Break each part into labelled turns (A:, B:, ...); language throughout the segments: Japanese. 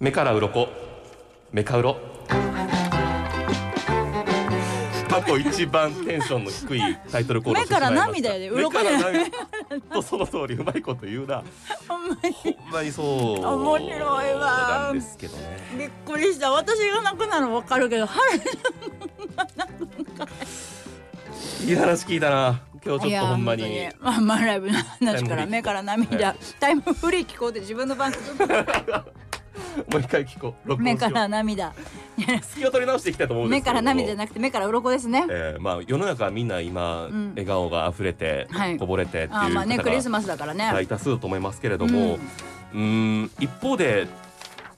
A: 目から鱗目かうろ過去一番テンションの低いタイトルコールをしてしまいました
B: 目から涙やで
A: 目
B: 鱗
A: か
B: じ
A: ら
B: ゃな
A: 涙とその通りうまいこと言うな
B: ほんまに
A: ほんまにそう
B: 面白いわ
A: なんですけどね
B: びっくりした私が泣くならわかるけど腹が
A: いい話聞いたな今日
B: い
A: ちょっ
B: や
A: とほんまに
B: 本当まあまあライブの話から目から涙タイムフリー聞こうって自分の番 組
A: もう一回聞こう録音し
B: 目
A: よう
B: から涙
A: 気を取り直していきたいと思うんで
B: 目
A: すけど
B: から
A: も
B: 涙じゃなくて目から鱗ですね
A: えーまあ世の中みんな今、
B: ん
A: 笑顔が溢れて、
B: はい
A: こぼれてっていう
B: あーまあね
A: 方
B: クリス
A: が
B: マスだからね
A: 大多数だと思いますけれども、うーん、一方で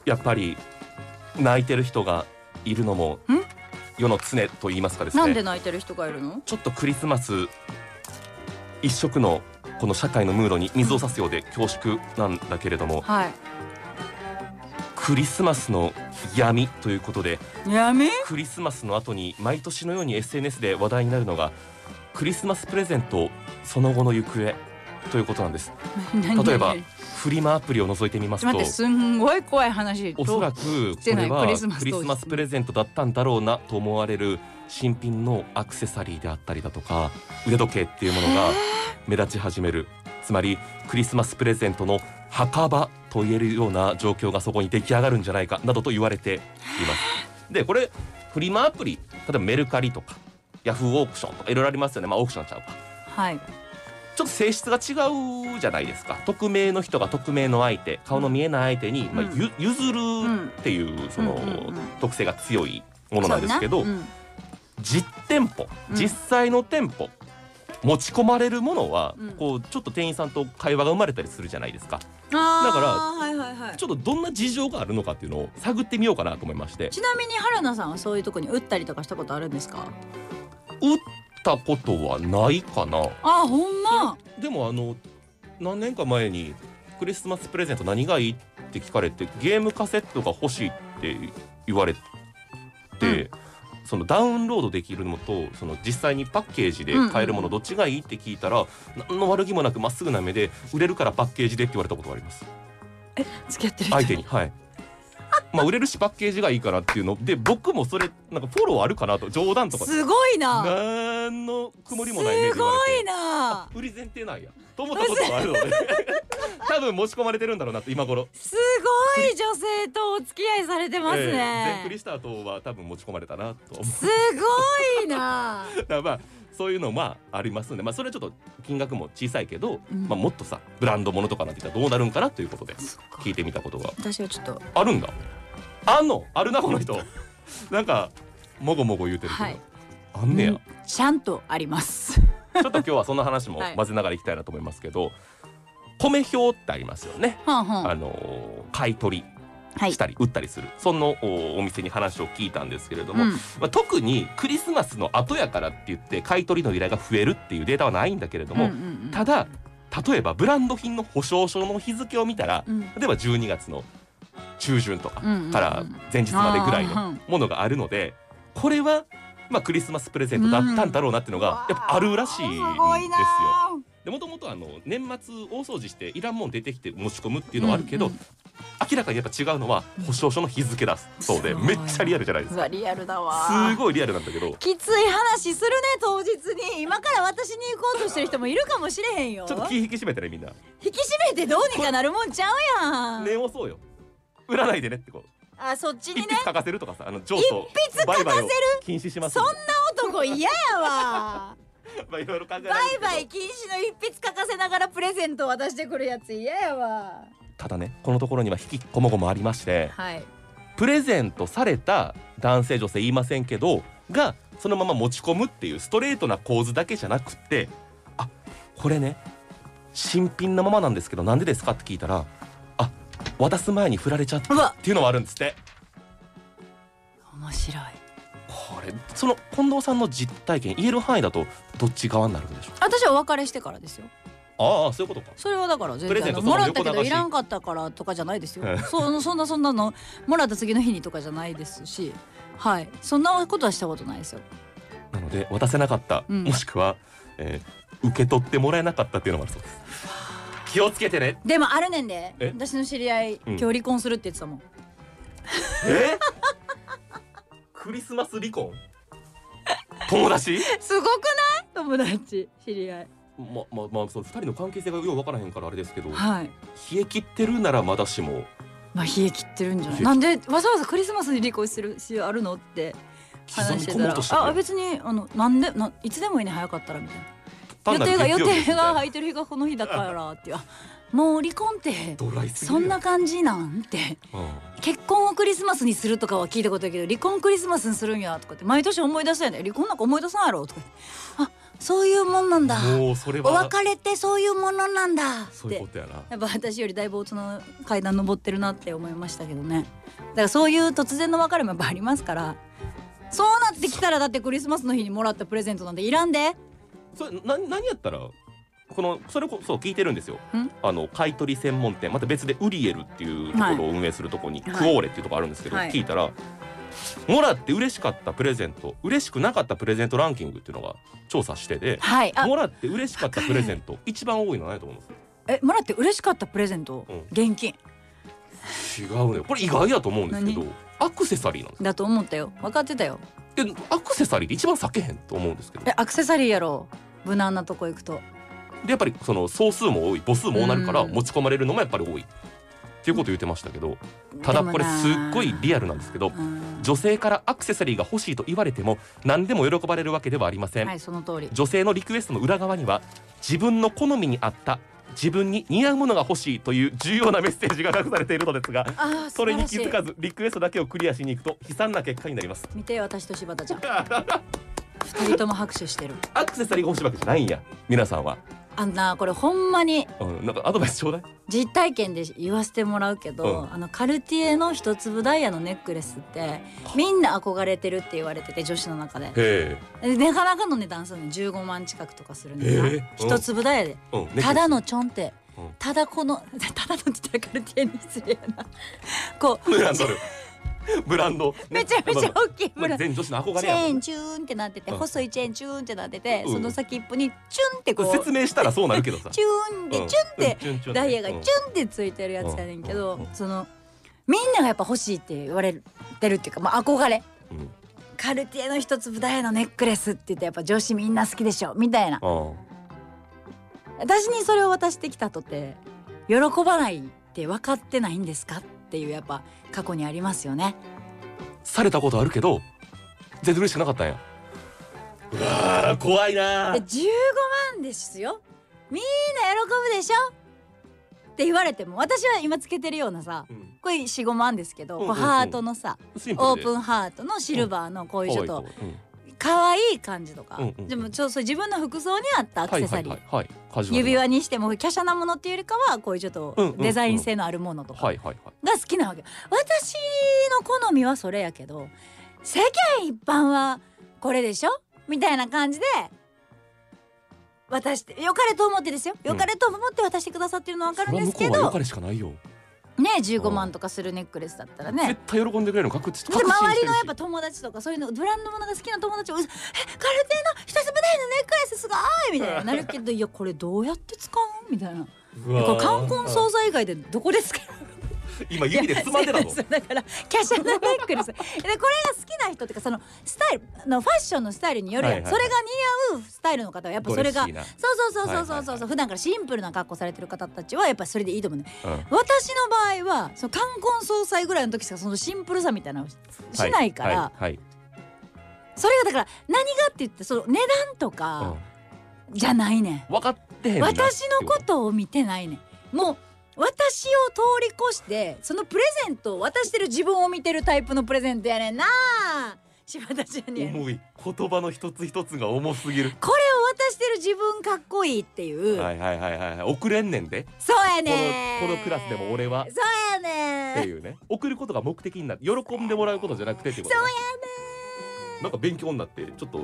A: やっぱり泣いてる人がいるのも
B: ん
A: 世の常と言いますかです
B: なんで
A: ね。
B: 泣いてる人がいるの
A: ちょっとクリスマス一色のこの社会のムードに水を差すようで恐縮なんだけれども、
B: はい
A: クリスマスの闇ということで
B: 闇
A: クリスマスの後に毎年のように SNS で話題になるのがクリスマスプレゼントその後の行方ということなんです例えば
B: ちょ
A: フリマアプリを覗いてみま
B: っ
A: す
B: と
A: と
B: 待ってすんごい怖い話
A: おそらくこ
B: てな
A: れ
B: い
A: は
B: クリスマス
A: クリスマスプレゼントだったんだろうなと思われる新品のアクセサリーであったりだとか腕時計っていうものが目立ち始めるつまりクリスマスプレゼントの墓場と言えるような状況がそこに出来上がるんじゃないかなどと言われています。でこれフリマアプリ例えばメルカリとかヤフーオークションとかいろいろありますよねまあオークションちゃうか
B: はい
A: ちょっと性質が違うじゃないですか匿名の人が匿名の相手顔の見えない相手に、まあ、
B: うん
A: ゆ譲るっていうその、
B: うんうんうん
A: 特性が強いものなんですけど、
B: そうねうん
A: 実店舗
B: うん
A: 実際の店舗、持ち込まれるものは、
B: うん
A: こうちょっと店員さんと会話が生まれたりするじゃないですかだから
B: あーはいはいはい
A: ちょっとどんな事情があるのかっていうのを探ってみようかなと思いまして
B: ちなみに原田さんはそういうとこに打ったりとかしたことあるんですか
A: 打ったことはないかな
B: あーほんま
A: でもあの何年か前にクリスマスプレゼント何がいいって聞かれてゲームカセットが欲しいって言われて、そのダウンロードできるのとその実際にパッケージで買えるもの
B: うん
A: どっちがいいって聞いたら、何の悪気もなくまっすぐな目で売れるからパッケージでって言われたことがあります
B: 付き合ってる人
A: 相手にはい。まあ売れるしパッケージがいいからっていうので僕もそれなんかフォローあるかなと冗談とか
B: すごいな
A: 何の曇りもない目で言われて
B: すごいな
A: 売り前提 なんやと思ったことがあるので 多分持ち込まれてるんだろうなって今頃
B: すごい女性とお付き合いされてます
A: えー全
B: ね、
A: クリした後は多分持ち込まれた なと思う
B: すごいな
A: だからまあそういうのまあありますんでまあそれはちょっと金額も小さいけど、
B: うん
A: まあもっとさブランドものとかなんて言ったらどうなるんかなということで
B: そっか
A: 聞いてみたことが
B: 私はちょっと
A: あるんだあんのあるなこの人 なんかもごもご言うてるけど、
B: はい
A: あんねや、
B: うんちゃんとあります
A: ちょっと今日はそんな話も
B: はい
A: 混ぜながらいきたいなと思いますけど、米表ってありますよね、
B: はんはん
A: あのー買い取り
B: はい
A: したり売ったりする、そのおお店に話を聞いたんですけれど
B: う
A: も、
B: ん
A: まあ、特にクリスマスの後やからって言って買い取りの依頼が増えるっていうデータはないんだけれども、
B: うんうんうん
A: ただ例えばブランド品の保証書の日付を見たら、
B: うん
A: 例えば12月の中旬とか
B: うんうんうん
A: から前日までぐらい
B: あーう
A: の
B: ん
A: ものがあるのでこれは、まあ、クリスマスプレゼントだったんだろうなっていうのがやっぱあるらしいんですよ。
B: すごいな
A: でもともとあの年末大掃除していらんもん出てきて持ち込むっていうのはあるけど、
B: うんうん
A: 明らかにやっぱ違うのは保証書の日付だそうで
B: そう
A: めっちゃリアルじゃないです
B: う
A: か
B: わリアルだわ
A: すごいリアルなんだけど
B: きつい話するね当日に今から私に行こうとしてる人もいるかもしれへんよ
A: ちょっと気引き締めてねみんな
B: 引き締めてどうにかなるもんちゃうやん、
A: 念をそうよ売らないでねってこう
B: あそっちに
A: 一
B: ね
A: 筆書かせるとかさあの上訴
B: 一筆書か
A: 売
B: せる
A: 買を禁止します
B: そんな男嫌や わ
A: まあいろいろ考えら
B: バ
A: れる
B: イバイ
A: けど
B: 禁止の一筆書かせながらプレゼントを渡してくるやつ嫌やわ
A: ただねこのところには引きこもごもありまして
B: はい
A: プレゼントされた男性女性言いませんけどがそのまま持ち込むっていうストレートな構図だけじゃなくってあこれね新品なままなんですけどなんでですかって聞いたらあ渡す前に振られちゃった
B: う
A: っ
B: わ
A: ていうのもあるんですって
B: 面白い
A: これその近藤さんの実体験言える範囲だとどっち側になるんでしょう
B: 私はお別れしてからですよ
A: ああそういうことか
B: それはだから全
A: プレゼ
B: 然
A: ント
B: あのもらった
A: そ
B: け
A: の横
B: ど
A: 流し
B: いらんかったからとかじゃないですよ
A: うん
B: そ のそんなそんなのもらった次の日にとかじゃないですしはいそんなことはしたことないですよ
A: なので渡せなかった、
B: うん
A: もしくは、えー受け取ってもらえなかったっていうのもあるそうです気をつけてね
B: でもあるねんで
A: え
B: 私の知り合い
A: うん
B: 今日離婚するって言ってたもん
A: え クリスマス離婚友達
B: すごくない友達知り合い
A: まままあその二人の関係性がようわからへんからあれですけど
B: はい
A: 冷え切ってるならまだしも
B: まあ冷え切ってるんじゃない
A: 冷え切っ
B: なんでわざわざクリスマスに離婚する必要あるのって
A: 刻
B: 話
A: み
B: して
A: 込
B: た
A: もう
B: ら
A: として
B: あ
A: る
B: 別にあのなんでないつでもいいね早かったらみたいな
A: 単
B: 予
A: なる
B: 定が予
A: 月曜日みた
B: 定
A: い
B: が
A: な
B: 入ってる日がこの日だからっ ていうあもう離婚って
A: ドライすぎる
B: そんな感じなんって
A: うん
B: 結婚をクリスマスにするとかは聞いたことやけど離婚クリスマスにするんやとかって毎年思い出したよね離婚なんか思い出さんやろとか言ってあそういうもんなんだ
A: もうそれ
B: お
A: は
B: 別れってそういうものなんだっ
A: そういうこ
B: て
A: とやな
B: やっぱ私よりだいぶ大人の階段登ってるなって思いましたけどねだからそういう突然の別れもやっぱありますからそうなってきたらだってクリスマスの日にもらったプレゼントなんていらんで
A: それな何やったらこのそれこそ聞いてるんですよ
B: ん
A: あの買い取り専門店また別でウリエルっていうところを運営するとこに、
B: はい
A: クオーレっていうとこあるんですけど、
B: はい
A: 聞いたらもらって嬉しかったプレゼント嬉しくなかったプレゼントランキングっていうのが調査してで
B: はいあ
A: もらって嬉しかったプレゼント一番多いのは何やと思うんで
B: えもらって嬉しかったプレゼント、
A: うん
B: 現金
A: す違うねこれ意外やと思うんですけどアクセサリーなんです
B: だと思ったよ分かってたよ
A: えアクセサリーって一番避けへんと思うんですけど
B: えアクセサリーやろ無難なとこ行くと
A: でやっぱりその総数も多い母数も多なるから
B: うん
A: 持ち込まれるのもやっぱり多いっていうことを言ってましたけどただこれすっごいリアルなんですけど
B: うん
A: 女性からアクセサリーが欲しいと言われても何でも喜ばれるわけではありません、
B: はいその通り
A: 女性のリクエストの裏側には自分の好みに合った自分に似合うものが欲しいという重要なメッセージが隠されているのですが
B: ああ
A: それに気づかずリクエストだけをクリアしに行くと悲惨な結果になります
B: 見て私と柴田ちゃん二人とも拍手してる
A: アクセサリーが欲しいわけじゃないんや皆さんは、
B: あんなこれほんまに
A: うん、なんかアドバイスちょうだい
B: 実体験で言わせてもらうけど、
A: うん
B: あのカルティエの一粒ダイヤのネックレスってみんな憧れてるって言われてて女子の中で
A: へ
B: でなかなかの値段するの15万近くとかするの
A: へえう
B: よ
A: ん
B: 一粒ダイヤで
A: え、うん、
B: ただのちょんって
A: うん
B: ただこの ただのって言ったらカルティエに失礼やなこう
A: ブランドる。ブランド。
B: めちゃめちゃ大きいブ
A: ま
B: ラ
A: あ全女子の憧
B: チ
A: れや
B: ェ
A: も
B: ー
A: ん
B: ン。チューンってなってて、
A: うん
B: 細いチェーンチューンってなってて、
A: うん
B: その先っぽにチュンって
A: こ
B: こ
A: れ
B: う
A: 説明したらそうなるけどさ。
B: チューンで
A: うん
B: チュンって、
A: チュンチュン
B: ダイヤがチ
A: う
B: ュ
A: ん
B: ンってついてるやつやねんけ
A: うん
B: ど、
A: うんうん
B: そのみんながやっぱ欲しいって言われてるっていうか、まあ、憧れ
A: うん
B: カルティエの一粒ダイヤのネックレスって言ってやっぱ女子みんな好きでしょみたいな
A: あ
B: 私にそれを渡してきたとて喜ばないって分かってないんですかっていうやっぱ過去にありますよね
A: あされたことあるけど、全然嬉しくなかったんや。うわあ、怖いな
B: で
A: ー。
B: 15万ですよみんな喜ぶでしょって言われても私は今つけてるようなさ
A: うん
B: これ45万ですけ
A: う
B: ど、
A: んうん
B: こう
A: うん
B: ハートのさ
A: シンプ
B: オ
A: ルで
B: ープンハートのシルバーのこういうちょっと
A: 可愛い可愛いうん
B: 可愛い感じとか、
A: うんうん
B: でもちょそう自分の服装に合ったアクセサリー、
A: はいはいはいはい。カジュアルな
B: 指。輪にしても華奢なものっていうよりかはこういうちょっと
A: うんうんうん
B: デザイン性のあるものとか
A: はいはいはい。
B: が好きなわけ、私の好みはそれやけど世間一般はこれでしょみたいな感じで渡してよかれと思ってですよよかれと思って渡してくださってるのは分か
A: そ
B: る
A: れ
B: ん
A: は
B: で
A: 向こ
B: すけ
A: うは良
B: ど
A: かれしかないよ。
B: ね15万とかするネックレスだったらね
A: 絶対喜んでくれるの確実。
B: で
A: 確信し
B: 周
A: て
B: り
A: る
B: の
A: し
B: やっぱ友達とかそういうのブランドものが好きな友達も「うっ えカルテの一つぶ台のネックレスすごい!」みたいななるけど「いやこれどうやって使う?」みたいな「
A: うわー
B: これ冠婚葬祭以外でどこですか?」
A: 今指でつまんで たぞ
B: そうだから華奢なネックレスでこれが好きな人っていうかそのスタイルあのファッションのスタイルによるや
A: はい
B: ん、
A: はいはい
B: それが似合うスタイルの方はやっぱそれが
A: ドレッシ
B: そうそうそうそうそうそう、
A: はいはいは
B: 普段からシンプルな格好されてる方たちはやっぱそれでいいと思うね
A: ーなうん
B: 私の場合はその冠婚葬祭ぐらいの時しかそのシンプルさみたいなのをししないから、
A: はいはい
B: それがだから何がって言ってその値段と
A: はい
B: か
A: うん
B: じゃないね
A: 分かってへん
B: ん、
A: な
B: 私のことを見てないねんもう私を通り越してそのプレゼントを渡してる自分を見てるタイプのプレゼントやねんな柴田ちゃんにこれを
A: 重い言葉の一つ一つが重すぎる
B: 渡してる自分かっこいいっていう、
A: はいはいはいはい遅れんねんで
B: そうやねん
A: このこのクラスでも俺は
B: そうや
A: って
B: ねん
A: いうね送ることが目的になって喜んでもらうことじゃなくてってことね
B: そう
A: なんか勉強になってちょっと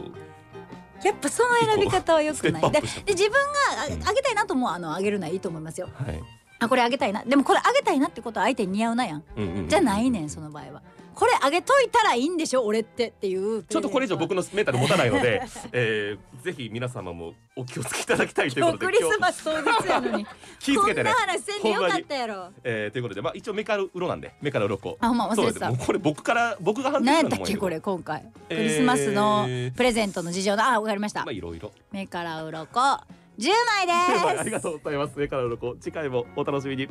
B: やっぱその選び方は良
A: ス
B: く
A: テッ
B: な
A: プアッ
B: いで
A: プした
B: で自分
A: うん
B: がああげたいなと思うあのあげるのはいいと思いますよ
A: はい
B: あこれあげたいなでもこれあげたいなってことは相手に似合うなやん
A: うんうんうん
B: じゃないねんその場合はこれあげといたらいいんでしょ俺ってっていう
A: ちょっとこれ以上僕
B: の
A: のメンタル持たないの で、えー、ぜひ皆様もお気をつけいただきたいということで
B: クリス
A: 今日
B: マス当日やのに
A: 気をつけてね
B: こんな話せんでよかったやろ
A: えー、ということで、まあ、一応目からうろなんで目からうろこ
B: あほんま忘れ
A: そ
B: て
A: う
B: た
A: なんですもうこれ僕から僕が判定
B: 何
A: す
B: や
A: る
B: った
A: のも
B: っけこれ
A: い
B: 今回
A: え
B: ク
A: ー
B: リスマスのプレゼントの事情のあわかりまし
A: ろ
B: た
A: まあいろい ろ
B: 目から鱗10枚
A: あ
B: で
A: り
B: す
A: がとうございます目からうろこ次回もお楽しみに